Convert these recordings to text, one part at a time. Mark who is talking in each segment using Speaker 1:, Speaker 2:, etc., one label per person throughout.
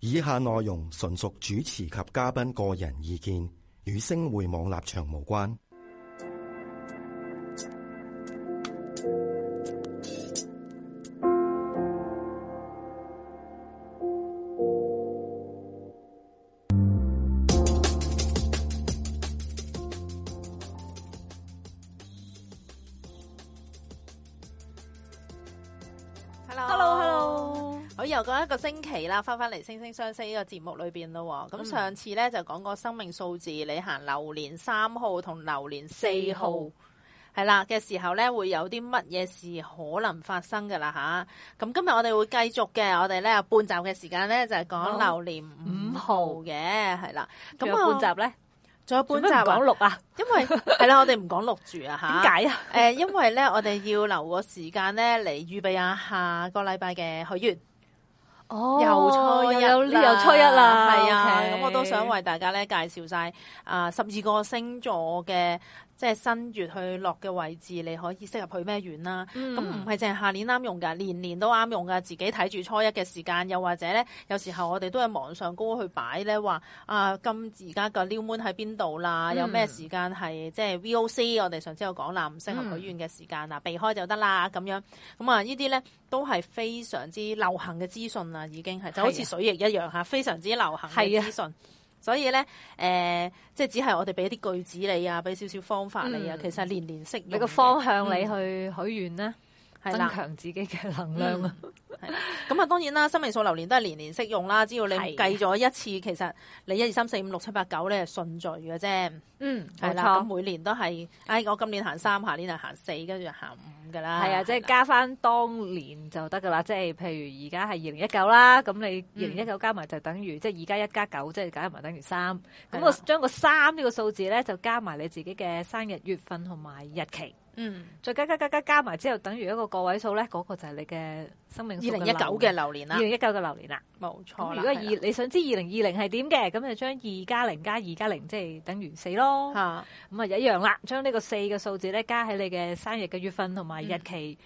Speaker 1: 以下內容純屬主持及嘉賓個人意見，與星匯網立場無關。
Speaker 2: Hello，Hello，好又過一個星期啦，翻翻嚟《星星相識》呢個節目裏邊咯
Speaker 3: 嗯
Speaker 2: 喎。咁上次咧就講過生命數字，你行流年三號同流年四號
Speaker 3: 四。
Speaker 2: 係啦嘅時候咧，會有啲乜嘢事可能發生㗎啦吓，咁今日我哋會繼續嘅，我哋咧有半集嘅時間咧就係講
Speaker 3: 好
Speaker 2: 流年五號嘅，係啦。咁
Speaker 3: 咁有半
Speaker 2: 啊，
Speaker 3: 集咧，
Speaker 2: 仲有
Speaker 3: 半
Speaker 2: 半
Speaker 3: 集
Speaker 2: 集啊
Speaker 3: 講，六啊？
Speaker 2: 因為係啦，我哋唔講六住啊吓。
Speaker 3: 點解啊？
Speaker 2: 誒、因為咧，我哋要留個時間咧嚟預備下下個禮拜嘅許願，
Speaker 3: 哦
Speaker 2: 又初一
Speaker 3: 又
Speaker 2: 啦
Speaker 3: 又初一啦，
Speaker 2: 係啊，
Speaker 3: OK
Speaker 2: 咁我都想為大家咧介紹晒啊十二個星座嘅即係新月去落嘅位置，你可以適合去咩願啦。
Speaker 3: 嗯
Speaker 2: 咁唔係淨係下年啱用㗎，年年都啱用㗎。自己睇住初一嘅時間，又或者咧，有時候我哋都喺網上高去擺咧，話啊今而家個 new moon 喺邊度啦，有咩
Speaker 3: 嗯
Speaker 2: 時間係即係 VOC，我哋上次有講啦，唔適合許願嘅時間啊，避開就得啦咁樣。咁啊，呢啲咧都係非常之流行嘅資訊啦，已經係就好
Speaker 3: 係
Speaker 2: 似
Speaker 3: 啊
Speaker 2: 水液一樣嚇，非常之流行嘅
Speaker 3: 係啊
Speaker 2: 資訊。所以咧，誒、即係只係我哋俾啲句子你啊，俾少少方法你啊，
Speaker 3: 嗯
Speaker 2: 其實係年年適用嘅。
Speaker 3: 你個方向你
Speaker 2: 嗯
Speaker 3: 去許願啦，
Speaker 2: 係
Speaker 3: 增
Speaker 2: 啦。
Speaker 3: 強自己嘅能量啊。
Speaker 2: 咁啊，當然啦，生命數流年都係年年適用啦。只要你
Speaker 3: 係
Speaker 2: 計咗一次，其實你一二三四五六七八九咧係順序嘅啫，
Speaker 3: 嗯，
Speaker 2: 係
Speaker 3: 冇
Speaker 2: 啦。咁
Speaker 3: 錯。
Speaker 2: 每年都係，唉，我今年行三，下年就行四，跟住就行五噶啦。
Speaker 3: 係啊，即係
Speaker 2: 啦
Speaker 3: 加翻當年就得噶啦，即係譬如而家係二零一九啦，咁
Speaker 2: 嗯
Speaker 3: 你二零一九加埋就等於即係而家一加九，即係加埋等於三。咁我
Speaker 2: 係啦
Speaker 3: 將個三呢個數字咧就加埋你自己嘅生日、月份同埋日期，
Speaker 2: 嗯，
Speaker 3: 再加加加加加埋之後，等於一個個位數咧，嗰個就係你嘅生命
Speaker 2: 二
Speaker 3: 數嘅
Speaker 2: 零一九嘅流年
Speaker 3: 二
Speaker 2: 啦，
Speaker 3: 零一九嘅流年啦。
Speaker 2: 冇錯啦。
Speaker 3: 咁如果二
Speaker 2: 係啦
Speaker 3: 你想知二零二零係點嘅，咁就將二加零加二加零，即係等於四咯。咁
Speaker 2: 嚇
Speaker 3: 啊一樣啦，將呢個四嘅數字咧加喺你嘅生日嘅月份同埋日期、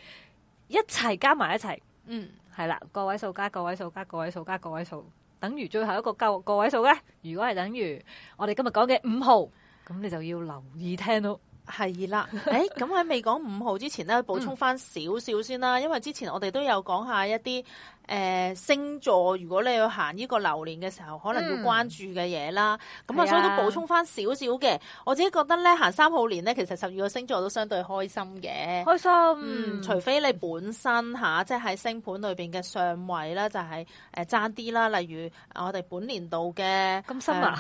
Speaker 3: 一齊加埋一齊，
Speaker 2: 嗯。
Speaker 3: 係啦，個位數加個位數加個位數加個位數，等於最後一個夠個位數嘅。如果係等於我哋今日講嘅五號，咁你就要留意聽咯。
Speaker 2: 係 啦，誒咁喺未講五號之前咧，補充翻少少先啦，
Speaker 3: 嗯
Speaker 2: 因為之前我哋都有講下一啲誒、呃星座，如果你要行呢個流年嘅時候，可能要關注嘅嘢啦。咁啊、
Speaker 3: 嗯係啊
Speaker 2: 所以都補充翻少少嘅。我自己覺得咧，行三號年咧，其實十二個星座都相對開心嘅。
Speaker 3: 開心，
Speaker 2: 嗯，除非你本身吓、即係喺星盤裏邊嘅上位啦，就係誒爭啲啦，例如呃我哋本年度嘅
Speaker 3: 咁深啊，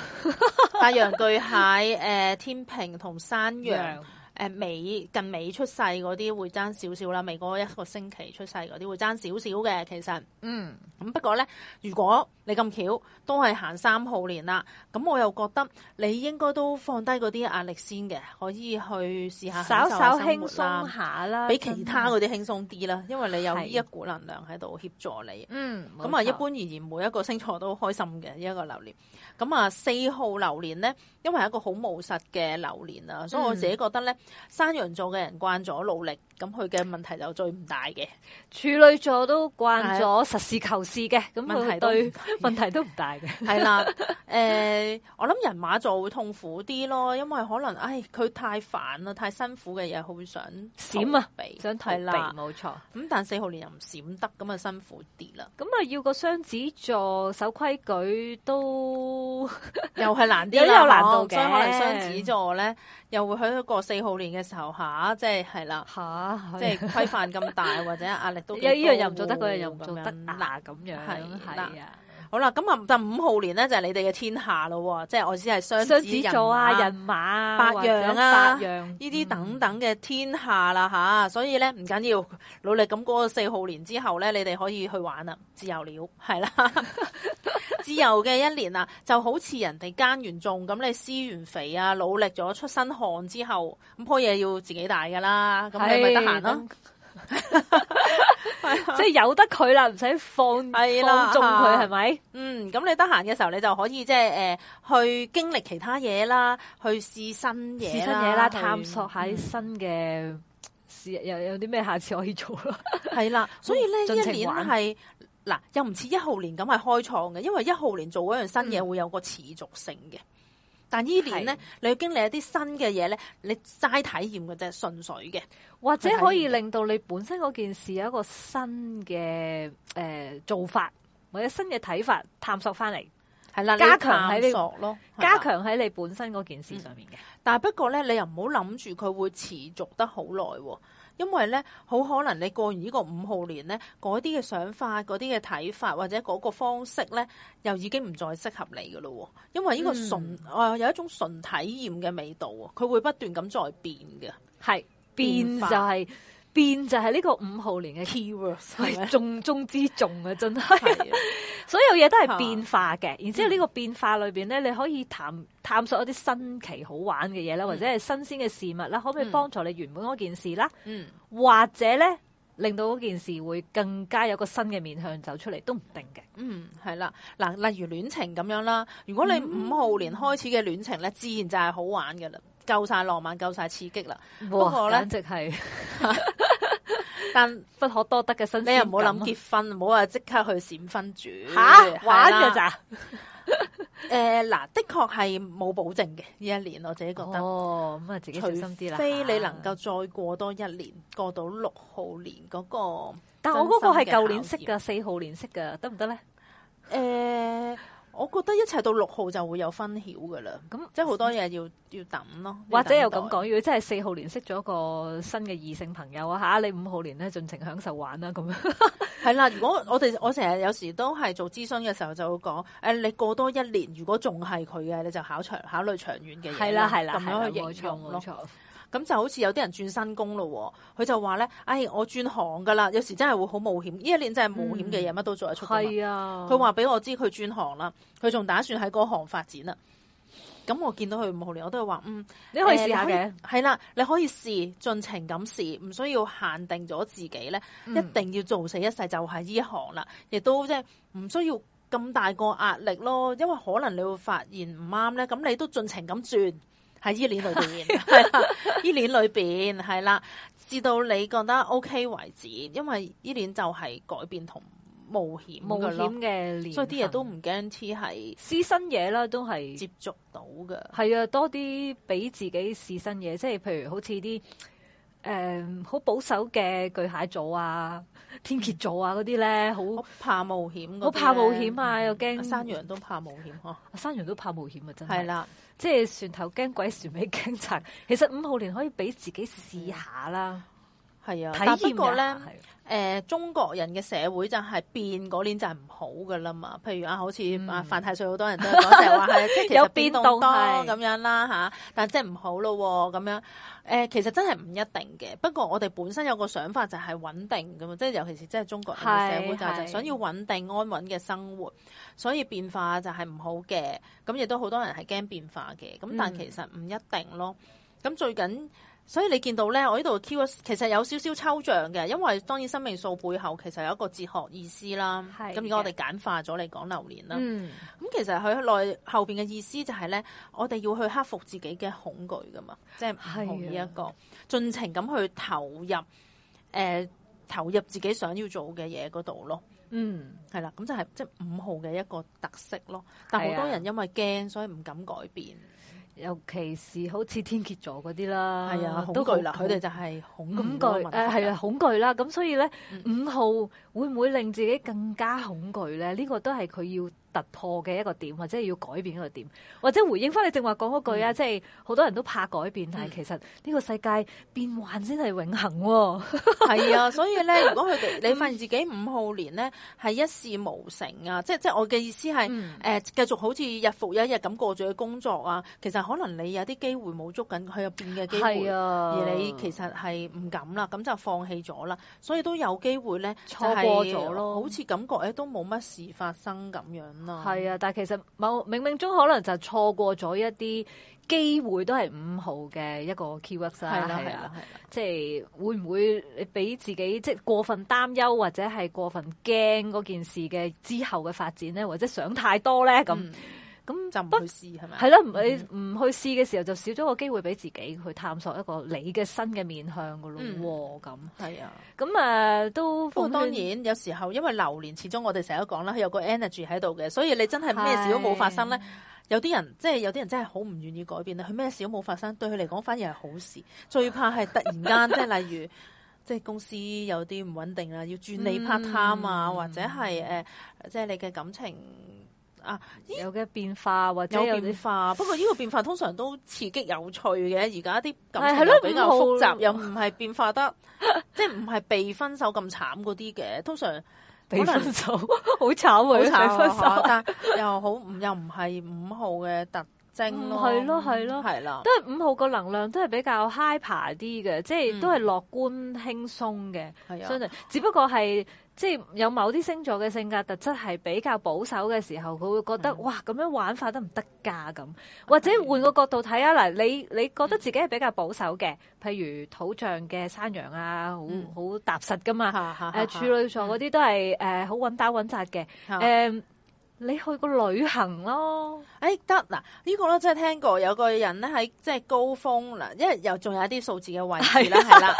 Speaker 2: 太陽巨蟹、誒、天平同山羊。
Speaker 3: 羊
Speaker 2: 誒呃尾近尾出世嗰啲會爭少少啦，未過一個星期出世嗰啲會爭少少嘅，其實
Speaker 3: 嗯，
Speaker 2: 咁不過呢，如果你咁巧都係行三號年啦，咁我又覺得你應該都放低嗰啲壓力先嘅，可以去試下
Speaker 3: 稍
Speaker 2: 享受下
Speaker 3: 稍
Speaker 2: 生
Speaker 3: 輕
Speaker 2: 活
Speaker 3: 鬆
Speaker 2: 啦，
Speaker 3: 下啦，
Speaker 2: 比其他
Speaker 3: 真係
Speaker 2: 嗰啲輕鬆啲啦，因為你有呢
Speaker 3: 係
Speaker 2: 一股能量喺度協助你。
Speaker 3: 嗯，冇
Speaker 2: 咁啊，一
Speaker 3: 錯
Speaker 2: 般而言，每一個星座都開心嘅一個流年。咁啊，四號流年呢，因為係一個好務實嘅流年啊，所以
Speaker 3: 嗯
Speaker 2: 我自己覺得呢，山羊座嘅人慣咗努力，咁佢嘅問題就最唔大 嘅，
Speaker 3: 處女座都慣咗實事求是嘅，咁
Speaker 2: 問題
Speaker 3: 佢
Speaker 2: 都唔
Speaker 3: 對
Speaker 2: 大
Speaker 3: 問題都唔大嘅。
Speaker 2: 係啦。誒、我諗人馬座會痛苦啲咯，因為可能唉，佢太煩啦，太辛苦嘅嘢，佢會想
Speaker 3: 閃啊
Speaker 2: 避
Speaker 3: 想逃
Speaker 2: 係
Speaker 3: 避
Speaker 2: 啦。
Speaker 3: 冇錯。
Speaker 2: 咁但四號年又唔閃得，咁啊辛苦啲啦，
Speaker 3: 咁啊，要個雙子座守規矩都
Speaker 2: 又係難啲
Speaker 3: 有
Speaker 2: 啦，
Speaker 3: 有難度嘅
Speaker 2: 所以可能雙子座咧，又會喺一個四號年嘅時候下，即係係 啦。
Speaker 3: 吓，
Speaker 2: 即係規範咁大，或者壓力都
Speaker 3: 有
Speaker 2: 幾
Speaker 3: 呢樣又唔做得，
Speaker 2: 高
Speaker 3: 嗰樣又唔做得
Speaker 2: 咁樣
Speaker 3: 嗱咁樣
Speaker 2: 係啦
Speaker 3: 係啊。
Speaker 2: 好啦，咁啊，就五號年咧就係你哋嘅天下咯喎，即係我只係雙
Speaker 3: 雙子座啊，
Speaker 2: 人馬
Speaker 3: 人馬啊
Speaker 2: 白
Speaker 3: 或者
Speaker 2: 羊啊
Speaker 3: 白羊
Speaker 2: 呢啲等等嘅天下啦吓，所以咧唔緊要，努力咁過四號年之後咧，你哋可以去玩啦，自由了，係 啦，自由嘅一年啊，就好似人哋耕完種咁，你施完肥啊，努力咗出身汗之後，咁棵嘢要自己大噶啦，咁你咪得閒咯，，
Speaker 3: 係等即係由得佢啦，唔使 放
Speaker 2: 係啦
Speaker 3: 放縱佢
Speaker 2: 嚇
Speaker 3: 係咪？
Speaker 2: 嗯，咁你得閒嘅時候，你就可以即係誒去經歷其他嘢啦，去試新嘢
Speaker 3: 試新嘢啦，
Speaker 2: 去
Speaker 3: 探索下啲
Speaker 2: 嗯
Speaker 3: 新嘅事，有有啲咩下次可以做啦。
Speaker 2: 係啦，所以呢，
Speaker 3: 盡
Speaker 2: 一
Speaker 3: 情
Speaker 2: 年
Speaker 3: 玩
Speaker 2: 係嗱，又唔似一號年咁係開創嘅，因為一號年做嗰樣新嘢會有個持續性嘅。但依年呢
Speaker 3: 係，
Speaker 2: 你要經歷一啲新嘅嘢呢，你齋體驗嘅啫，純粹嘅。
Speaker 3: 或者可以令到你本身嗰件事有一個新嘅诶做法，或者新嘅睇法，探索翻嚟，
Speaker 2: 係啦，
Speaker 3: 加強喺呢
Speaker 2: 你要探索咯，係啦
Speaker 3: 加。強喺你本身嗰件事上面嘅。
Speaker 2: 但係不過呢，你又唔好諗住佢會持續得好耐喎，因為呢，好可能你過完呢個五號年呢，嗰啲嘅想法、嗰啲嘅睇法或者嗰個方式呢，又已經唔再適合你噶咯喎。因為呢個純啊有一種純體驗嘅味道喎，佢會不斷咁再變嘅
Speaker 3: 係變
Speaker 2: 變
Speaker 3: 就
Speaker 2: 化
Speaker 3: 係變就係呢個五號年嘅
Speaker 2: keywords 係咪
Speaker 3: 係？重中之重啊！真係，
Speaker 2: 係啊
Speaker 3: 所有嘢都
Speaker 2: 啊
Speaker 3: 係變化嘅。然之後呢個變化裏邊咧，你可以探探索一啲新奇好玩嘅嘢啦，或者係新鮮嘅事物啦，可唔可以
Speaker 2: 嗯
Speaker 3: 幫助你原本嗰件事啦？
Speaker 2: 嗯。
Speaker 3: 或者咧令到嗰件事會更加有個新嘅面向走出嚟都唔定嘅。
Speaker 2: 嗯，係啦，嗱，例如戀情咁樣啦，如果你五號年開始嘅戀情咧，自然就係好玩嘅啦，夠晒浪漫，夠晒刺激啦。
Speaker 3: 哇，
Speaker 2: 過呢
Speaker 3: 簡直係
Speaker 2: 但
Speaker 3: 不可多得嘅新鮮
Speaker 2: 你又唔好諗
Speaker 3: 感啊
Speaker 2: 結婚，唔好話即刻去閃婚住
Speaker 3: 吓玩嘅？咋？
Speaker 2: 誒嗱、的確係冇保證嘅呢一年，我自己覺得。
Speaker 3: 哦，咁啊自己小
Speaker 2: 除
Speaker 3: 心啲啦。
Speaker 2: 非你
Speaker 3: 嚇
Speaker 2: 能夠再過多一年，過到六號年嗰、個誒、
Speaker 3: 但我嗰個
Speaker 2: 真心
Speaker 3: 係
Speaker 2: 嘅考
Speaker 3: 舊年識㗎，四號年識㗎，得唔得咧？
Speaker 2: 我覺得一切到六號就會有分曉嘅啦。
Speaker 3: 咁
Speaker 2: 即係好多嘢要要等咯，
Speaker 3: 或者又
Speaker 2: 要
Speaker 3: 咁
Speaker 2: 等待
Speaker 3: 講，如果真係四號年識咗個新嘅異性朋友啊吓，你五號年咧盡情享受玩啦 咁樣。
Speaker 2: 係啦，如果我哋我成日有時都係做諮詢嘅時候就會講，誒、你過多一年，如果仲係佢嘅，你就考長考慮長遠嘅嘢，
Speaker 3: 係啦係啦，
Speaker 2: 咁樣
Speaker 3: 係啦
Speaker 2: 去形容
Speaker 3: 冇
Speaker 2: 咯。
Speaker 3: 錯。
Speaker 2: 咁就好似有啲人轉新工咯喎，佢就話咧，唉、我轉行噶啦，有時真係會好冒險，呢一年真係冒險嘅嘢乜都做得出㗎嘛
Speaker 3: 嗯係啊，
Speaker 2: 佢話俾我知佢轉行啦，佢仲打算喺嗰行發展啦。咁我見到佢五號年，我都係話，嗯，
Speaker 3: 你可以
Speaker 2: 誒
Speaker 3: 試下嘅，，
Speaker 2: 係啦，你可以試，盡情咁試，唔需要限定咗自己咧，
Speaker 3: 嗯
Speaker 2: 一定要做死一世就係呢一行啦，亦都即係唔需要咁大個壓力咯，因為可能你會發現唔啱咧，咁你都盡情咁轉喺依年裏邊， 係啦，依年裏邊係啦，至到你覺得 OK 為止，因為依年就係改變同冒險
Speaker 3: 冒
Speaker 2: 㗎咯
Speaker 3: 險嘅年，
Speaker 2: 所以啲嘢都唔 guarantee 係
Speaker 3: 試新嘢啦，都係
Speaker 2: 接觸到嘅。
Speaker 3: 係啊，多啲俾自己試新嘢，即係譬如好似啲誒好保守嘅巨蟹 座啊、天蝎座啊嗰啲咧，好
Speaker 2: 好怕冒險，
Speaker 3: 好怕冒險啊，又
Speaker 2: 啊
Speaker 3: 驚
Speaker 2: 山羊都怕冒險嗬，
Speaker 3: 山羊都怕冒險啊，真
Speaker 2: 係
Speaker 3: 係。
Speaker 2: 啦，
Speaker 3: 即係船頭驚鬼，船尾驚賊。其實五號年可以俾自己試下啦，
Speaker 2: 係啊
Speaker 3: 體。
Speaker 2: 但
Speaker 3: 驗
Speaker 2: 不
Speaker 3: 一
Speaker 2: 過
Speaker 3: 下
Speaker 2: 咧，
Speaker 3: 係
Speaker 2: 誒、中國人嘅社會就係變嗰年就係唔好噶啦嘛。譬如啊，好似啊犯太歲，好多人都係講成日話 係即係其
Speaker 3: 嗯有
Speaker 2: 實
Speaker 3: 變
Speaker 2: 變
Speaker 3: 動
Speaker 2: 動多
Speaker 3: 係
Speaker 2: 咁樣啦吓，但即係唔好咯喎咁樣。誒、其實真係唔一定嘅。不過我哋本身有個想法就係穩定噶嘛，即係尤其是即係中國人嘅社會就
Speaker 3: 係
Speaker 2: 係
Speaker 3: 係
Speaker 2: 想要穩定安穩嘅生活，所以變化就係唔好嘅。咁亦都好多人係驚變化嘅。咁但
Speaker 3: 嗯
Speaker 2: 其實唔一定咯。咁最緊，所以你見到咧，我呢度 Q 其實有少少抽象嘅，因為當然生命數背後其實有一個哲學意思啦。
Speaker 3: 係
Speaker 2: 咁而家我哋簡化咗嚟講流年啦。咁、
Speaker 3: 嗯，
Speaker 2: 其實佢內後邊嘅意思就係咧，我哋要去克服自己嘅恐懼噶嘛，即係唔同呢
Speaker 3: 係啊
Speaker 2: 一個盡情咁去投入，誒、投入自己想要做嘅嘢嗰度咯。
Speaker 3: 嗯，
Speaker 2: 係啦，咁就係即係五號嘅一個特色咯。但好
Speaker 3: 係啊
Speaker 2: 多人因為驚，所以唔敢改變。
Speaker 3: 尤其是好似天蝎座嗰啲啦，
Speaker 2: 係啊，恐
Speaker 3: 都好
Speaker 2: 懼啦，佢哋就係恐懼嗰
Speaker 3: 恐懼
Speaker 2: 個
Speaker 3: 誒
Speaker 2: 問題
Speaker 3: 係啊，恐懼啦，咁所以咧
Speaker 2: 嗯
Speaker 3: 五號會唔會令自己更加恐懼咧？呢個都係佢要突破嘅一個點，或者要改變一個點，或者回應翻你正話講嗰句
Speaker 2: 嗯
Speaker 3: 啊，即係好多人都怕改變，但係其實呢個世界變幻先係永恆喎。
Speaker 2: 係 啊，所以咧，如果佢哋你發現自己五號年咧係一事無成啊，即係即係我嘅意思係
Speaker 3: 嗯
Speaker 2: 誒繼續好似日復一日咁過住嘅工作啊，其實可能你有啲機會冇捉緊佢入邊嘅機會，
Speaker 3: 啊
Speaker 2: 而你其實係唔敢啦，咁就放棄咗啦，所以都有機會咧
Speaker 3: 錯過咗
Speaker 2: 就
Speaker 3: 咯
Speaker 2: 係好似感覺咧都冇乜事發生咁樣啦。
Speaker 3: 係啊，但係其實某冥冥中可能就錯過咗一啲機會，都係五號嘅一個 keywords 啦，
Speaker 2: 係啦，係
Speaker 3: 係
Speaker 2: 啦
Speaker 3: 啊，，即係會唔會你俾自己即係過分擔憂或者係過分驚嗰件事嘅之後嘅發展咧，或者想太多咧咁？
Speaker 2: 嗯
Speaker 3: 咁
Speaker 2: 就唔
Speaker 3: 不
Speaker 2: 去試係咪？啊
Speaker 3: 係啦，唔你唔去試嘅時候就少咗個機會俾自己去探索一個你嘅新嘅面向噶咯
Speaker 2: 嗯
Speaker 3: 喎，咁
Speaker 2: 係啊。
Speaker 3: 咁誒都
Speaker 2: 不過
Speaker 3: 奉
Speaker 2: 當
Speaker 3: 勸
Speaker 2: 然有時候因為榴蓮，始終我哋成日都講啦，佢有個 energy 喺度嘅，所以你真係咩事都冇發生咧。有啲人即係有啲人真係好唔願意改變啊啦，佢咩事都冇發生，對佢嚟講反而係好事。最怕係突然 間，即係例如。即係公司有啲唔穩定啦，要轉你 part time 啊，
Speaker 3: 嗯
Speaker 2: 或者係誒、呃即係你嘅感情
Speaker 3: 有嘅變化或者
Speaker 2: 有
Speaker 3: 有
Speaker 2: 變
Speaker 3: 啲
Speaker 2: 化。不過呢個變化通常都刺激有趣嘅，而家啲感情
Speaker 3: 係係咯
Speaker 2: 又比較
Speaker 3: 五號
Speaker 2: 複雜，又唔係變化得，即係唔係被分手咁慘嗰啲嘅。通常
Speaker 3: 被
Speaker 2: 可能
Speaker 3: 分手，
Speaker 2: 啊
Speaker 3: 好慘喎！
Speaker 2: 好
Speaker 3: 被
Speaker 2: 慘
Speaker 3: 分手
Speaker 2: 啊，但又好唔又唔係五號嘅特徵咯，
Speaker 3: 嗯係咯係咯
Speaker 2: 係啦
Speaker 3: 都。係五號個能量都係比較 high 爬啲嘅，即係
Speaker 2: 嗯
Speaker 3: 都係樂觀輕鬆嘅，
Speaker 2: 係啊
Speaker 3: 相對只不過係即係有某啲星座嘅性格特質係比較保守嘅時候，佢會覺得、
Speaker 2: 嗯
Speaker 3: 哇咁樣玩法得唔得㗎咁，或者換個角度睇啊嗱，你你覺得自己係比較保守嘅，譬如土象嘅山羊啊，好
Speaker 2: 嗯
Speaker 3: 好踏實㗎嘛，
Speaker 2: 嚇嚇
Speaker 3: 誒、處女座嗰啲都係誒好穩打穩扎嘅，誒、
Speaker 2: 嚇
Speaker 3: 你去個旅行咯，
Speaker 2: 誒得嗱，呢個咧真係聽過有個人咧喺即係高峰嗱，因為又仲有一啲數字嘅位置 啦，係啦，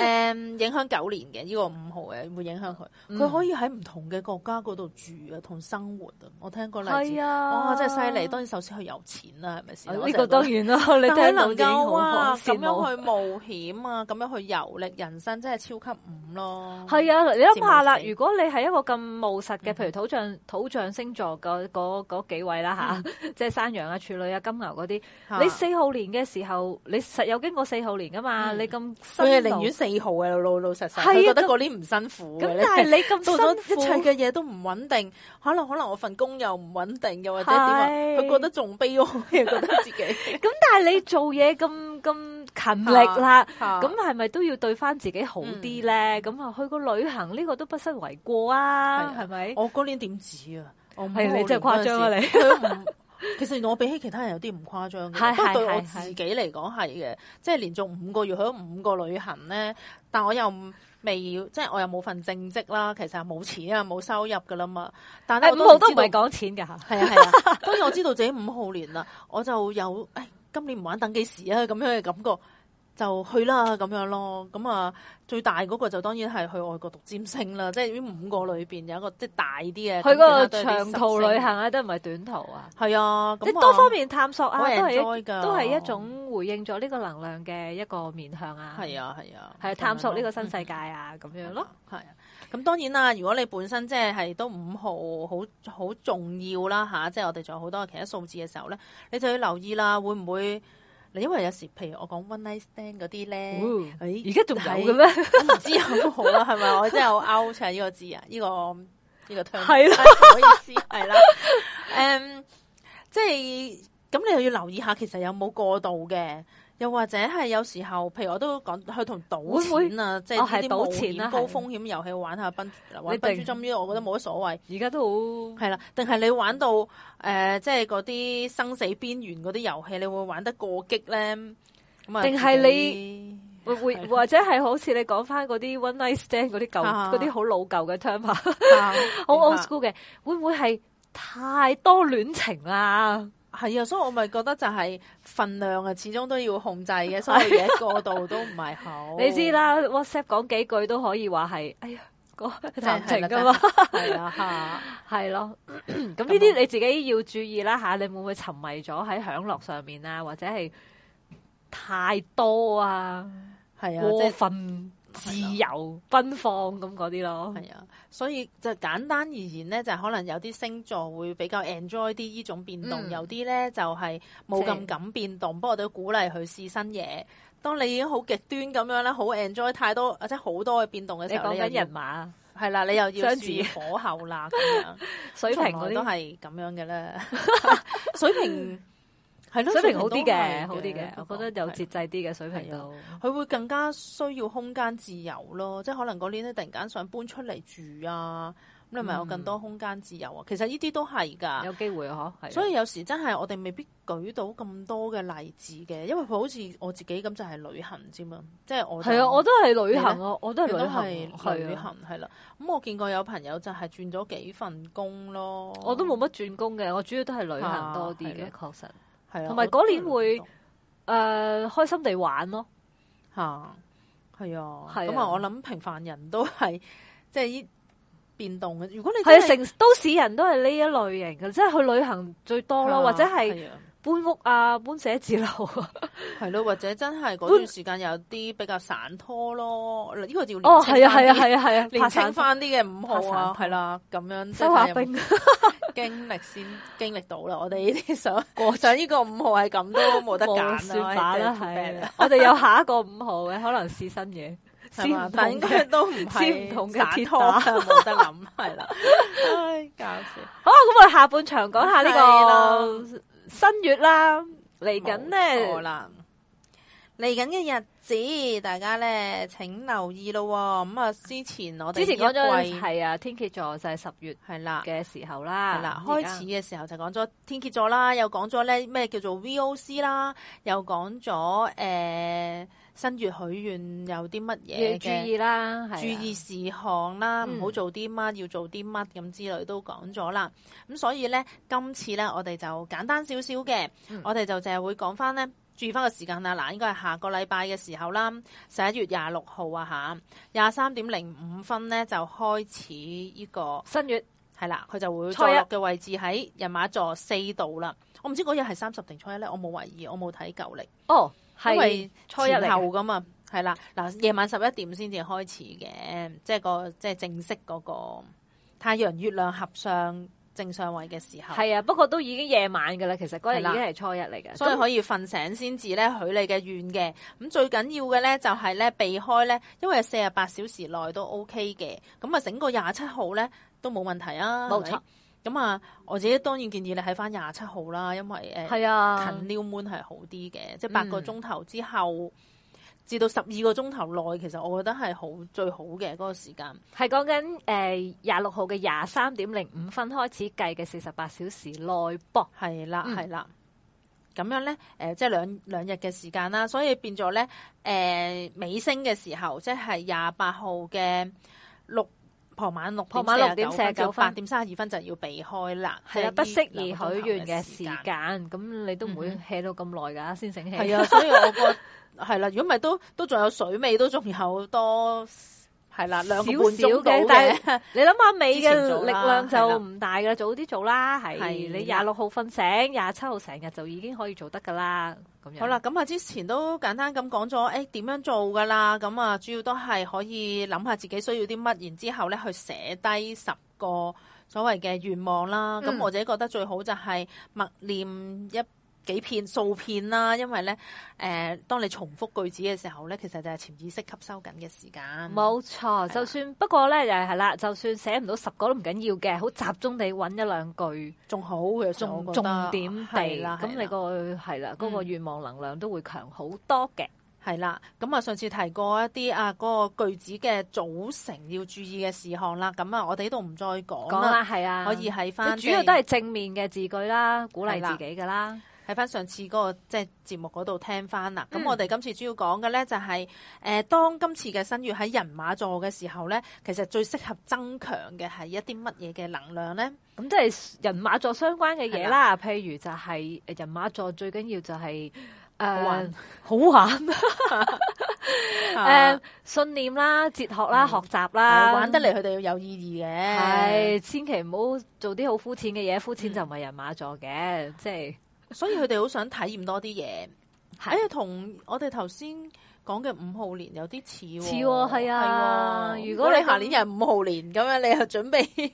Speaker 2: 誒影響九年嘅呢個五號嘅會影響佢，
Speaker 3: 嗯
Speaker 2: 佢可以喺唔同嘅國家嗰度住啊，同生活啊，我聽過例子，
Speaker 3: 係啊
Speaker 2: 哇真係犀利，當然首先佢有錢啦，係咪先？我成
Speaker 3: 呢個
Speaker 2: 日
Speaker 3: 當
Speaker 2: 覺得
Speaker 3: 然啦，你
Speaker 2: 但佢
Speaker 3: 聽到
Speaker 2: 能
Speaker 3: 已經
Speaker 2: 夠
Speaker 3: 好
Speaker 2: 哇
Speaker 3: 可
Speaker 2: 咁
Speaker 3: 羨慕。
Speaker 2: 樣去冒險啊，咁樣去遊歷人生，真係超級五咯。
Speaker 3: 係啊，你諗下
Speaker 2: 羨
Speaker 3: 啦，
Speaker 2: 慕死
Speaker 3: 如果你係一個咁務實嘅，譬如土象土象星座嗰嗰嗰幾位啦吓， 即係山羊啊、處女啊、金牛嗰啲，
Speaker 2: 嚇
Speaker 3: 你四號年嘅時候，你實有經過四號年噶嘛？
Speaker 2: 嗯
Speaker 3: 你咁辛
Speaker 2: 佢係
Speaker 3: 勞
Speaker 2: 寧願四號嘅老老實實，
Speaker 3: 係啊
Speaker 2: 佢覺得
Speaker 3: 咁
Speaker 2: 嗰啲唔辛苦嘅
Speaker 3: 咁，但係你咁
Speaker 2: 到咗
Speaker 3: 辛苦
Speaker 2: 一切嘅嘢都唔穩定，可能可能我份工又唔穩定，又或者點啊？
Speaker 3: 係
Speaker 2: 佢覺得仲悲哀，覺得自 己
Speaker 3: 咁但係你做嘢咁咁勤力啦，
Speaker 2: 嚇
Speaker 3: 咁係咪都要對翻自己好啲咧？咁啊，去個旅行呢個都不失為過啊，係咪？
Speaker 2: 我嗰年點止啊？我
Speaker 3: 係你真係誇張啊你
Speaker 2: 你。其實我比起其他人有啲唔誇張嘅，
Speaker 3: 係
Speaker 2: 不過
Speaker 3: 係
Speaker 2: 對我
Speaker 3: 係
Speaker 2: 自己嚟講係嘅，即係連續五個月去咗五個旅行咧，但我又唔未即係我又冇份正職啦，其實冇錢啊，冇收入噶啦嘛。但係
Speaker 3: 誒
Speaker 2: 我
Speaker 3: 五號都唔
Speaker 2: 知道
Speaker 3: 係講錢㗎吓。
Speaker 2: 係啊係啊，當然我知道自己五號年啦，我就有誒今年唔玩等幾時啊咁樣嘅感覺，就去啦咁樣咯。咁啊，最大嗰個就當然係去外國讀占星啦，即係呢五個裏邊有一個即係大啲嘅。
Speaker 3: 去嗰
Speaker 2: 咁
Speaker 3: 個
Speaker 2: 其他都係啲
Speaker 3: 長
Speaker 2: 濕
Speaker 3: 途旅
Speaker 2: 星
Speaker 3: 行啊，都唔係短途啊，
Speaker 2: 係啊，
Speaker 3: 即
Speaker 2: 咁
Speaker 3: 係
Speaker 2: 啊
Speaker 3: 多方面探索啊，
Speaker 2: 我
Speaker 3: 都係一
Speaker 2: enjoy 㗎
Speaker 3: 都係一種回應咗呢個能量嘅一個面向啊。
Speaker 2: 係，啊係啊，
Speaker 3: 係探索呢個
Speaker 2: 咁樣咯
Speaker 3: 新世界啊，咁樣咯。，
Speaker 2: 係啊。咁當然啦，如果你本身即係係都五號好好重要啦吓，即係我哋仲有好多其他數字嘅時候咧，你就要留意啦，會唔會？你因為有時譬如我講 one night stand 嗰啲咧，
Speaker 3: 哦
Speaker 2: 誒
Speaker 3: 而家仲有嘅
Speaker 2: 係
Speaker 3: 咩？
Speaker 2: 我唔知有冇好啦，係 咪？我真係好 out 啊！呢個字啊，呢個呢個 term
Speaker 3: 係啦
Speaker 2: 唔好意思，係啦，誒，即係咁，你又要留意下，其實有冇過度嘅，又或者係有時候，譬如我都講去同賭錢啊，即係
Speaker 3: 哦係
Speaker 2: 呢啲冒
Speaker 3: 賭錢
Speaker 2: 險
Speaker 3: 啦
Speaker 2: 高
Speaker 3: 係
Speaker 2: 風險遊戲玩下賓玩
Speaker 3: 你
Speaker 2: 賓
Speaker 3: 定
Speaker 2: 珠針呢個，我覺得冇乜所謂。
Speaker 3: 而家都好
Speaker 2: 係啦，定係你玩到誒、呃即係嗰啲生死邊緣嗰啲遊戲，你會玩得過激咧？咁啊，
Speaker 3: 定係
Speaker 2: 自己
Speaker 3: 會會
Speaker 2: 係
Speaker 3: 或者係好似你講翻嗰啲 one night stand 嗰啲舊
Speaker 2: 啊
Speaker 3: 嗰啲好老舊 嘅 term 啊，
Speaker 2: 啊
Speaker 3: 好 old
Speaker 2: 明白
Speaker 3: school 嘅，會唔會係太多戀情啦？
Speaker 2: 係啊，所以我咪覺得就係份量啊，始終都要控制 嘅，所有嘢過度都唔係好。
Speaker 3: 你知，啦，WhatsApp 講幾句都可以話係，哎呀，嗰談情噶嘛。
Speaker 2: 係啊嚇，
Speaker 3: 係 咯，咁呢啲你自己要注意啦吓，你會唔會沉迷咗喺享樂上面啊，或者係太多啊，
Speaker 2: 係啊，即
Speaker 3: 過
Speaker 2: 係啊
Speaker 3: 分自由奔放咁嗰啲咯。
Speaker 2: 係啊，所以就簡單而言咧，就可能有啲星座會比較 enjoy 啲呢種變動，
Speaker 3: 嗯
Speaker 2: 有啲咧就係冇咁
Speaker 3: 正
Speaker 2: 敢變動。不過我都鼓勵佢試新嘢。當你已經好極端咁樣咧，好 enjoy 太多或者好多嘅變動嘅
Speaker 3: 你
Speaker 2: 時候，
Speaker 3: 講
Speaker 2: 你又
Speaker 3: 緊
Speaker 2: 要
Speaker 3: 人馬、
Speaker 2: 係啦，你又要
Speaker 3: 雙子
Speaker 2: 試火候啦咁樣。
Speaker 3: 水平嗰
Speaker 2: 從來都
Speaker 3: 啲，
Speaker 2: 係咁樣嘅 啦。水平係咯，
Speaker 3: 水平好啲
Speaker 2: 都係
Speaker 3: 嘅，好啲嘅，我覺得有節。制啲嘅水平
Speaker 2: 係啊
Speaker 3: 都。
Speaker 2: 佢會更加需要空間自由咯，即係可能嗰年咧突然間想搬出嚟住啊，你咪有更多空間自由啊。其實呢啲都係㗎。
Speaker 3: 有機會啊，嗬，係啊
Speaker 2: 所以有時真係我哋未必舉到咁多嘅例子嘅，因為佢好似我自己咁就係旅行啫嘛，即係我就
Speaker 3: 係啊，我都係旅行啊，我都
Speaker 2: 都
Speaker 3: 係旅行
Speaker 2: 係
Speaker 3: 啊，係
Speaker 2: 旅
Speaker 3: 啊，
Speaker 2: 行係啦。咁我見過有朋友就係轉咗幾份工咯，
Speaker 3: 我都冇乜轉工嘅，我主要都係旅行
Speaker 2: 啊
Speaker 3: 多啲
Speaker 2: 係
Speaker 3: 嘅，確實。
Speaker 2: 係啊，
Speaker 3: 同埋
Speaker 2: 我都
Speaker 3: 嗰年會
Speaker 2: 唔懂
Speaker 3: 誒開心地玩咯，
Speaker 2: 嚇，係啊，
Speaker 3: 係啊
Speaker 2: 咁啊，我諗平凡人都係 即係依變動嘅。如 果你
Speaker 3: 係
Speaker 2: 真
Speaker 3: 啊，
Speaker 2: 係
Speaker 3: 成都市人都係呢一類型嘅，即係去旅行最多咯，
Speaker 2: 啊
Speaker 3: 或者係
Speaker 2: 係啊
Speaker 3: 搬屋啊、搬寫字樓啊，
Speaker 2: 係咯，或者真係嗰段時間有啲比較散拖咯，呢個要
Speaker 3: 哦，係
Speaker 2: 係
Speaker 3: 啊，係啊，係啊，係啊，
Speaker 2: 年青
Speaker 3: 拍散
Speaker 2: 翻啲嘅五號啊，
Speaker 3: 拍散
Speaker 2: 係啦，咁樣即係
Speaker 3: 收下
Speaker 2: 睇有冇
Speaker 3: 兵，
Speaker 2: 經歷先 經歷到啦。我哋呢啲 想過上呢個五號係咁都冇得
Speaker 3: 嗯冇
Speaker 2: 揀啊
Speaker 3: 算把啦，係
Speaker 2: 係
Speaker 3: 啊。我哋有下一個五號嘅，可能試新 嘢，試
Speaker 2: 啊係嘛
Speaker 3: 唔？
Speaker 2: 但應
Speaker 3: 同
Speaker 2: 該
Speaker 3: 嘅。
Speaker 2: 都唔係
Speaker 3: 先唔同嘅
Speaker 2: 散
Speaker 3: 鐵
Speaker 2: 拖
Speaker 3: 打
Speaker 2: 冇得諗係 啦。唉，搞笑。
Speaker 3: 好，咁我哋下半場講下呢
Speaker 2: 係
Speaker 3: 個新月啦，嚟緊
Speaker 2: 冇錯
Speaker 3: 呢，
Speaker 2: 啦，嚟緊嘅日子，大家咧請留意咯喎。咁啊，之前我哋
Speaker 3: 之前
Speaker 2: 呢
Speaker 3: 講
Speaker 2: 一
Speaker 3: 咗
Speaker 2: 季
Speaker 3: 係啊，天蝎座就係十月
Speaker 2: 係啦。
Speaker 3: 嘅時候啦，啊
Speaker 2: 係啦，
Speaker 3: 而
Speaker 2: 開
Speaker 3: 家
Speaker 2: 始嘅時候就講咗天蝎座啦，又講咗咧咩叫做 VOC 啦，又講咗誒新月許願有啲乜
Speaker 3: 要
Speaker 2: 嘢
Speaker 3: 注
Speaker 2: 嘅
Speaker 3: 意啦，係啊
Speaker 2: 注意事項啦，
Speaker 3: 嗯
Speaker 2: 唔好做啲乜，要做啲乜咁之類都講咗啦。咁所以咧，今次咧我哋就簡單少少嘅，
Speaker 3: 嗯
Speaker 2: 我哋就淨係會講翻咧。注意翻個時間啦，嗱，應該係下個禮拜嘅時候啦，十一月廿六號啊嚇，廿三點零五分咧就開始呢、個
Speaker 3: 新月
Speaker 2: 係啦，佢就會
Speaker 3: 初一
Speaker 2: 坐落嘅位置喺人馬座四度啦。我唔知嗰日係三十定初一咧，我冇懷疑，我冇睇舊歷，
Speaker 3: 哦，
Speaker 2: 因
Speaker 3: 係
Speaker 2: 為
Speaker 3: 初一嚟
Speaker 2: 前
Speaker 3: 嘅
Speaker 2: 後噶嘛，係啊啦。嗱，夜晚十一點先至開始嘅，即係個即係正式嗰個太陽月亮合相正上位嘅時候，
Speaker 3: 係啊，不過都已經夜晚噶啦，其實嗰日
Speaker 2: 係
Speaker 3: 已
Speaker 2: 啦
Speaker 3: 經係初一嚟嘅，
Speaker 2: 所以
Speaker 3: 咁
Speaker 2: 可以瞓醒先至咧許你嘅願嘅。咁最緊要嘅咧就係咧避開咧，因為四十八小時內都 OK 嘅。咁啊，整個廿七號咧都冇問題啊。
Speaker 3: 冇
Speaker 2: 係咪
Speaker 3: 錯。
Speaker 2: 咁啊，我自己當然建議你喺翻廿七號啦，因呃為誒、
Speaker 3: 係啊，嗯
Speaker 2: 近 New Moon 係好啲嘅，即係八個鐘頭之後。至到十二個鐘頭內，其實我覺得係好最好嘅嗰、個時間，
Speaker 3: 係講緊誒廿六號嘅廿三點零五分開始計嘅四十八小時內噃，
Speaker 2: 係啦
Speaker 3: 嗯
Speaker 2: 係啦。咁樣咧，誒、即係兩兩日嘅時間啦，所以變咗咧，誒、尾聲嘅時候，即係廿八號嘅六傍晚六
Speaker 3: 傍晚6點
Speaker 2: 四十
Speaker 3: 49
Speaker 2: 九
Speaker 3: 分
Speaker 2: 八點三十二分就要避開啦，
Speaker 3: 係
Speaker 2: 即係
Speaker 3: 啦，
Speaker 2: 呢
Speaker 3: 不適宜
Speaker 2: 兩個鐘
Speaker 3: 許
Speaker 2: 頭
Speaker 3: 願嘅時間，咁你都唔會
Speaker 2: 嗯
Speaker 3: hea 到咁耐㗎，先醒起。
Speaker 2: 係啊，所以我覺係啦，如果唔係都都仲有水味，都仲有多係啦，兩個半鐘到
Speaker 3: 少少嘅
Speaker 2: 嘅，
Speaker 3: 但你諗下尾
Speaker 2: 之
Speaker 3: 嘅
Speaker 2: 前做
Speaker 3: 力
Speaker 2: 啦
Speaker 3: 量
Speaker 2: 係啦
Speaker 3: 就唔大噶啦，早啲做啦，係
Speaker 2: 係
Speaker 3: 你
Speaker 2: 啦
Speaker 3: 廿六號瞓醒，廿七號成日就已經可以做得噶啦，咁樣。
Speaker 2: 好啦，，咁啊之前都簡單咁講咗，誒點樣做噶啦，咁啊主要都係可以諗下自己需要啲乜，然之後咧去寫低十個所謂嘅願望啦。咁、
Speaker 3: 嗯
Speaker 2: 我自己覺得最好就係默念一。幾片數片啦，因為咧，誒、當你重複句子嘅時候咧，其實就係潛意識吸收緊嘅時間。
Speaker 3: 冇錯，就算不過咧，就係啦，就算寫唔到十個都唔緊要嘅，好集中地揾一兩句
Speaker 2: 仲好嘅，
Speaker 3: 重
Speaker 2: 我覺
Speaker 3: 重
Speaker 2: 得
Speaker 3: 點
Speaker 2: 係
Speaker 3: 地，
Speaker 2: 啦，
Speaker 3: 咁你
Speaker 2: 個
Speaker 3: 個係啦，嗰個
Speaker 2: 嗯
Speaker 3: 願望能量都會強好多嘅。
Speaker 2: 係啦。咁啊，上次提過一啲啊，嗰個句子嘅組成要注意嘅事項啦。咁啊，我哋呢度唔再講
Speaker 3: 講
Speaker 2: 啦，
Speaker 3: 啦，係啊，
Speaker 2: 可以喺翻
Speaker 3: 即主要都係正面嘅字句啦，鼓勵自己噶啦，
Speaker 2: 喺翻上次嗰、個即係節目嗰度聽翻啦。咁、
Speaker 3: 嗯
Speaker 2: 我哋今次主要講嘅咧就係、誒、當今次嘅新月喺人馬座嘅時候咧，其實最適合增強嘅係一啲乜嘢嘅能量咧？
Speaker 3: 咁即係人馬座相關嘅嘢啦，譬如就係呃人馬座最緊要就係、
Speaker 2: 好
Speaker 3: 誒
Speaker 2: 玩
Speaker 3: 好玩
Speaker 2: 誒、
Speaker 3: 誒信念啦、哲學啦、
Speaker 2: 嗯
Speaker 3: 學習啦，
Speaker 2: 啊玩得嚟佢哋要有意義嘅，
Speaker 3: 係千祈唔好做啲好膚淺嘅嘢，膚淺就唔係人馬座嘅，即係
Speaker 2: 所以佢哋好想體驗多啲嘢。
Speaker 3: 係
Speaker 2: 哎呀，同我哋頭先講嘅五號年有啲似喎，
Speaker 3: 似喎係啊
Speaker 2: 係喎
Speaker 3: 如
Speaker 2: 如
Speaker 3: 果
Speaker 2: 果
Speaker 3: 你
Speaker 2: 你下年又係五號年咁樣，你又準 備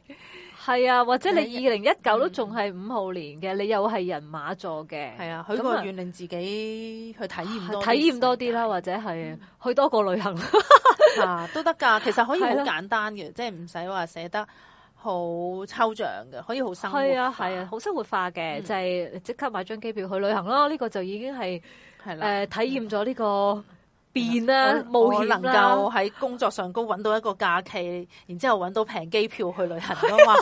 Speaker 3: 係啊，或者你
Speaker 2: 係
Speaker 3: 二零一
Speaker 2: 嗯
Speaker 3: 九都仲係五號年嘅，你又係人馬座嘅，
Speaker 2: 係啊，許
Speaker 3: 咁
Speaker 2: 個願令自己去體驗多啲嗯
Speaker 3: 體驗多啲啦，或者係去多個旅行啦。
Speaker 2: 世界啊都得 㗎。其實可以好
Speaker 3: 係咯
Speaker 2: 簡單嘅，即係唔使話寫得好抽象嘅，可以好生活化。
Speaker 3: 係啊，係啊，好生活化嘅，
Speaker 2: 嗯
Speaker 3: 就係即刻買張機票去旅行啦。呢、個就已經係誒、
Speaker 2: 係啦，
Speaker 3: 呃、體驗咗呢個變啦，
Speaker 2: 我
Speaker 3: 冒
Speaker 2: 我
Speaker 3: 險啦
Speaker 2: 能夠喺工作上高揾到一個假期，然之後揾到平機票去旅行噶 嘛，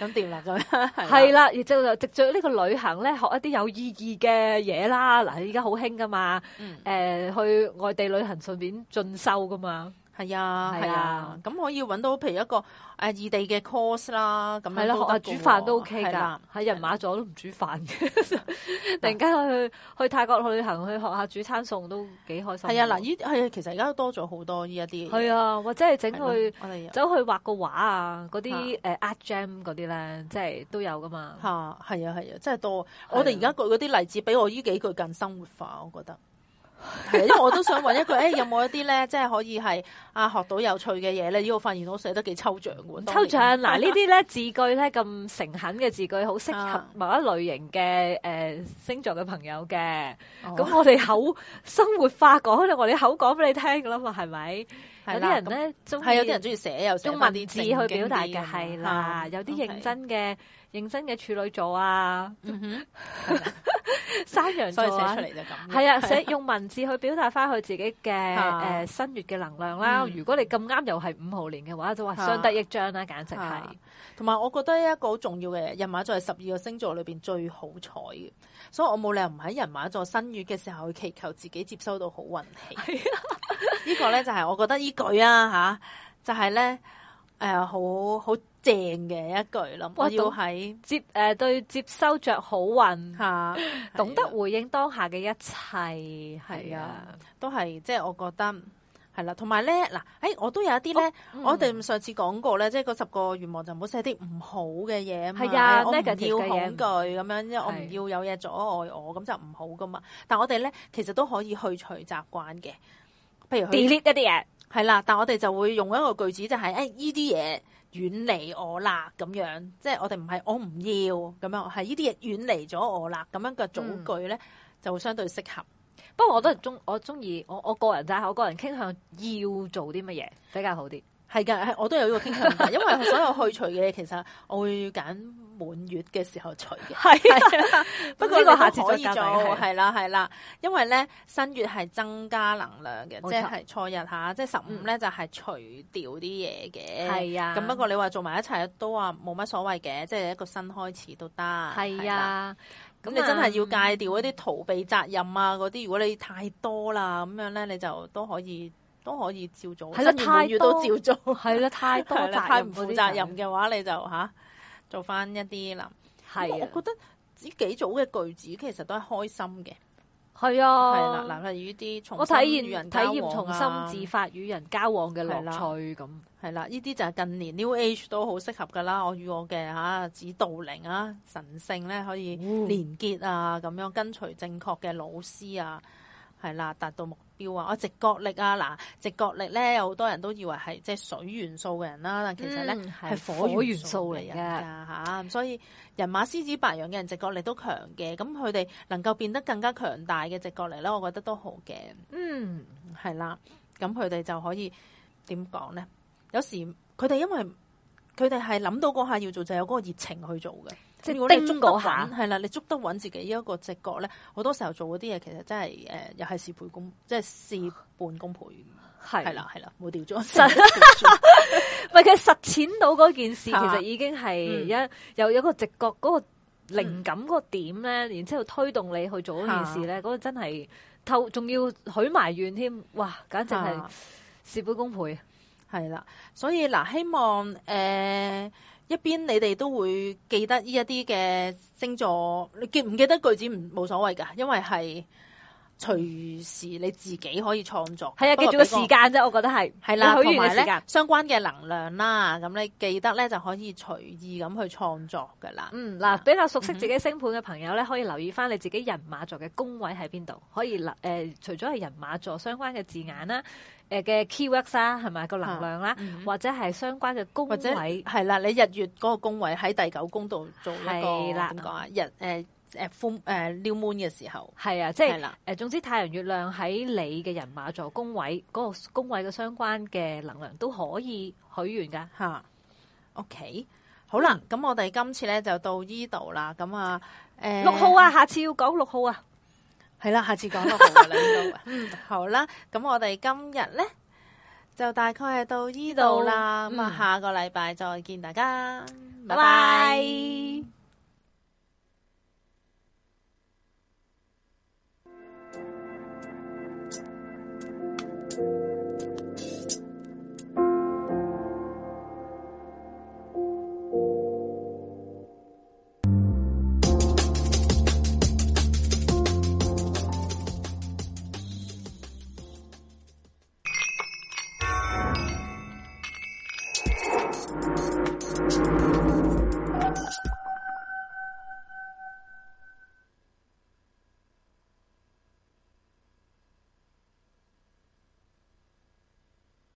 Speaker 2: 咁掂啦咁樣係
Speaker 3: 係
Speaker 2: 啦。
Speaker 3: 啦，亦就就藉著呢個旅行咧，學一啲有意義嘅嘢啦。嗱，而家好興噶嘛，誒、
Speaker 2: 嗯
Speaker 3: 去外地旅行順便進修噶嘛，
Speaker 2: 係啊，
Speaker 3: 係
Speaker 2: 係
Speaker 3: 啊
Speaker 2: 啊，咁可以揾到譬如一個誒異地嘅 course 啦，咁
Speaker 3: 係
Speaker 2: 樣
Speaker 3: 啦，
Speaker 2: 都
Speaker 3: 學下
Speaker 2: 得
Speaker 3: 煮
Speaker 2: 㗎喎
Speaker 3: 飯都 OK
Speaker 2: 係
Speaker 3: 㗎
Speaker 2: 啦。
Speaker 3: 喺人馬座都唔煮飯 嘅，突然間去去泰國旅行去學下煮餐餸都幾開心。
Speaker 2: 係啊，嗱，依係啊其實而家都多咗好多呢一啲嘢。
Speaker 3: 係啊，或者係整
Speaker 2: 係咯，
Speaker 3: 去
Speaker 2: 我哋
Speaker 3: 走去畫個畫啊，嗰啲誒 art jam 嗰啲咧，即係都有噶嘛。
Speaker 2: 嚇係啊係啊，真係多。我哋而家舉嗰啲例子，比我呢幾句更生活化，我覺得。係啊，因為我都想揾 一句，誒、有冇一啲咧，即係可以係啊學到有趣嘅嘢咧？呢個發現我寫得幾抽象喎。啊當
Speaker 3: 抽
Speaker 2: 年
Speaker 3: 象嗱呢啲咧字 句咧咁誠懇嘅字句，好適合
Speaker 2: 啊
Speaker 3: 某一類型嘅誒、呃星座嘅朋友嘅。
Speaker 2: 哦
Speaker 3: 咁、我哋口生活化講咧，我哋口講俾你聽噶啦嘛，係咪？有
Speaker 2: 係
Speaker 3: 啲
Speaker 2: 啦
Speaker 3: 人
Speaker 2: 咁
Speaker 3: 咧中意
Speaker 2: 係啊有啲人中意寫又寫
Speaker 3: 用
Speaker 2: 返
Speaker 3: 文
Speaker 2: 啲
Speaker 3: 字
Speaker 2: 正
Speaker 3: 去
Speaker 2: 經
Speaker 3: 表達
Speaker 2: 啲
Speaker 3: 嘅
Speaker 2: 咁
Speaker 3: 係
Speaker 2: 樣
Speaker 3: 啦
Speaker 2: 啊，
Speaker 3: 有啲認
Speaker 2: OK
Speaker 3: 真嘅認真嘅處女座啊，
Speaker 2: 嗯 哼
Speaker 3: 山羊座
Speaker 2: 所以寫
Speaker 3: 啊
Speaker 2: 出。嚟就咁。
Speaker 3: 係啊，寫用文字去表達翻佢自己嘅
Speaker 2: 啊
Speaker 3: 誒新月嘅能量啦。
Speaker 2: 嗯
Speaker 3: 如果你咁啱又係五號年嘅話，就話
Speaker 2: 啊
Speaker 3: 相得益彰啦，簡直係
Speaker 2: 啊同埋我覺得一個好重要嘅人馬座係十二個星座裏邊最好彩嘅，所以我冇理由唔喺人馬座新月嘅時候去祈求自己接收到好運 氣。
Speaker 3: 啊
Speaker 2: 呢個咧就係我覺得依句啊吓、就係咧誒好好正嘅一句啦。
Speaker 3: 哇
Speaker 2: 我要
Speaker 3: 懂
Speaker 2: 喺
Speaker 3: 接誒對接收着好運。
Speaker 2: 吓
Speaker 3: 懂得
Speaker 2: 係啊
Speaker 3: 回應當下嘅一切，係
Speaker 2: 係
Speaker 3: 啊
Speaker 2: 啊，都係即係我覺得係啦。同埋咧嗱，誒、我都有一啲咧。
Speaker 3: 哦嗯
Speaker 2: 我哋上次講過咧，即係嗰十個願望就唔好寫啲唔好嘅嘢啊嘛
Speaker 3: 係啊
Speaker 2: 誒我唔
Speaker 3: negative
Speaker 2: 要
Speaker 3: 嘅嘢
Speaker 2: 恐懼咁樣，因為我
Speaker 3: 係
Speaker 2: 唔要有嘢阻礙我，咁就唔好噶嘛。但我哋咧其實都可以去除習慣嘅，譬如去
Speaker 3: delete 一啲嘢，
Speaker 2: 係啦，但我哋就會用一個句子就係、誒哎呢啲嘢遠離我啦咁樣，即係我哋唔係我唔要咁樣，係呢啲嘢遠離咗我啦咁樣
Speaker 3: 嗯
Speaker 2: 嘅組句咧、就會相對適合。
Speaker 3: 不過我都係中，我中意我我個人就係我個人傾向要做啲乜嘢比較好啲。
Speaker 2: 係㗎，係我都有呢個傾向㗎， 因為所有去除嘅嘢其實我會揀滿月嘅時候除嘅。
Speaker 3: 係啊，不
Speaker 2: 不過呢
Speaker 3: 過呢個
Speaker 2: 個
Speaker 3: 下
Speaker 2: 下
Speaker 3: 次
Speaker 2: 次
Speaker 3: 再
Speaker 2: 可以
Speaker 3: 交
Speaker 2: 做，
Speaker 3: 代係。啊
Speaker 2: 係啦係啦，因為咧新月係增加能量嘅，
Speaker 3: 冇錯嗯
Speaker 2: 即係初日嚇，即係十五咧就係除掉啲嘢嘅。
Speaker 3: 係啊
Speaker 2: 咁不過你話做埋一齊都話冇乜所謂嘅，即係一個新開始都得。
Speaker 3: 係
Speaker 2: 啦，
Speaker 3: 啊，
Speaker 2: 咁你真係要戒掉嗰啲逃避責任啊嗰啲，如果你太多啦咁樣咧，你就都可以都可以照做。
Speaker 3: 係啦
Speaker 2: 新月滿月都
Speaker 3: 太多
Speaker 2: 照做。
Speaker 3: 係啦，太多
Speaker 2: 係啦，
Speaker 3: 責
Speaker 2: 太唔
Speaker 3: 任
Speaker 2: 負
Speaker 3: 嗰啲
Speaker 2: 責
Speaker 3: 就
Speaker 2: 任嘅話，你就嚇、做翻一啲啦。咁
Speaker 3: 係
Speaker 2: 我
Speaker 3: 啊，
Speaker 2: 覺得呢幾組嘅句子其實都係開心嘅，
Speaker 3: 係
Speaker 2: 係
Speaker 3: 啊，
Speaker 2: 啦，嗱，例如呢啲重
Speaker 3: 我體
Speaker 2: 新與
Speaker 3: 驗
Speaker 2: 人
Speaker 3: 體
Speaker 2: 交往
Speaker 3: 驗
Speaker 2: 啊
Speaker 3: 從心自發與人交往嘅樂
Speaker 2: 係啦
Speaker 3: 趣咁。
Speaker 2: 係啦，呢啲就係近年 New Age 都好適合噶啦。我與我嘅嚇指導靈啊、神聖咧可以
Speaker 3: 嗯
Speaker 2: 連結啊，咁樣跟隨正確嘅老師啊，係啦，達到目標啊。我直覺力啊，嗱，直覺力咧有好多人都以為係即係水元素嘅人啦，但其實咧
Speaker 3: 嗯
Speaker 2: 係、
Speaker 3: 係火
Speaker 2: 火
Speaker 3: 元
Speaker 2: 元
Speaker 3: 素
Speaker 2: 素
Speaker 3: 嚟
Speaker 2: 嚟
Speaker 3: 嘅
Speaker 2: 嘅嚇。所以人馬、獅子、白羊嘅人直覺力都強嘅，咁佢哋能夠變得更加強大嘅直覺力咧，我覺得都好嘅。
Speaker 3: 嗯，
Speaker 2: 係啦，咁佢哋就可以點講咧？有時佢哋因為佢哋係諗到嗰下要做，就有嗰個熱情去做嘅。
Speaker 3: 即
Speaker 2: 如果你
Speaker 3: 係
Speaker 2: 捉
Speaker 3: 叮
Speaker 2: 得
Speaker 3: 嗰下
Speaker 2: 穩，。係啦，你捉得穩自己一個直覺咧，好多時候做嗰啲嘢其實真係誒、呃又係事倍功，即係事半功倍。係
Speaker 3: 係啦，
Speaker 2: 啦，係啦，冇掉咗。
Speaker 3: 唔係佢實踐到嗰件事，其
Speaker 2: 嚇
Speaker 3: 實已經係
Speaker 2: 嗯
Speaker 3: 一有有一個直覺嗰個靈感嗰個點咧，然之後推動你去做嗰件事咧，嗰個真係透，仲要許埋願添，哇！簡直係
Speaker 2: 啊
Speaker 3: 事倍功倍。
Speaker 2: 係啦，所以嗱，希望誒、呃一邊你哋都會記得呢一啲嘅星座，你記唔記得句子唔冇所謂㗎，因為係隨時你自己可以創作。
Speaker 3: 係啊，記
Speaker 2: 不過
Speaker 3: 住個
Speaker 2: 俾
Speaker 3: 時
Speaker 2: 個
Speaker 3: 間啫，我覺得係
Speaker 2: 係啦，
Speaker 3: 你許
Speaker 2: 同
Speaker 3: 願嘅
Speaker 2: 埋
Speaker 3: 時
Speaker 2: 咧
Speaker 3: 間。
Speaker 2: 相關嘅能量啦，咁你記得咧就可以隨意咁去創作噶啦。
Speaker 3: 嗯，嗱，比較熟悉自己星盤嘅朋友咧，可以留意翻你自己人馬座嘅宮位喺邊度，可以留誒、除咗係人馬座相關嘅字眼啦，誒、呃嘅 keywords 啦，係咪個能量啦，或者係相關嘅
Speaker 2: 啊嗯或者
Speaker 3: 宮位
Speaker 2: 係啦，你日月嗰個宮位喺第九宮度做一個
Speaker 3: 係
Speaker 2: 點
Speaker 3: 啦
Speaker 2: 講啊？日誒誒 full 誒 new moon 嘅時候，
Speaker 3: 係啊，即
Speaker 2: 係
Speaker 3: 係
Speaker 2: 啦，
Speaker 3: 誒，總之太陽、月亮喺你嘅人馬座宮位嗰、個宮位嘅相關嘅能量都可以許願噶。
Speaker 2: 吓，OK，好啦，咁我哋今次咧就到呢度啦，咁啊，誒
Speaker 3: 六號，啊，下次要講六號啊，
Speaker 2: 係啦，下次講都好㗎啦，呢 度。嗯，好啦，咁我哋今日咧就大概係到呢度啦。
Speaker 3: 呢度
Speaker 2: 咁啊
Speaker 3: 嗯，
Speaker 2: 下個禮拜再見大家，拜
Speaker 3: 拜拜
Speaker 2: 拜。。
Speaker 4: Hãy subscribe cho kênh Ghiền Mì Gõ Để không bỏ lỡ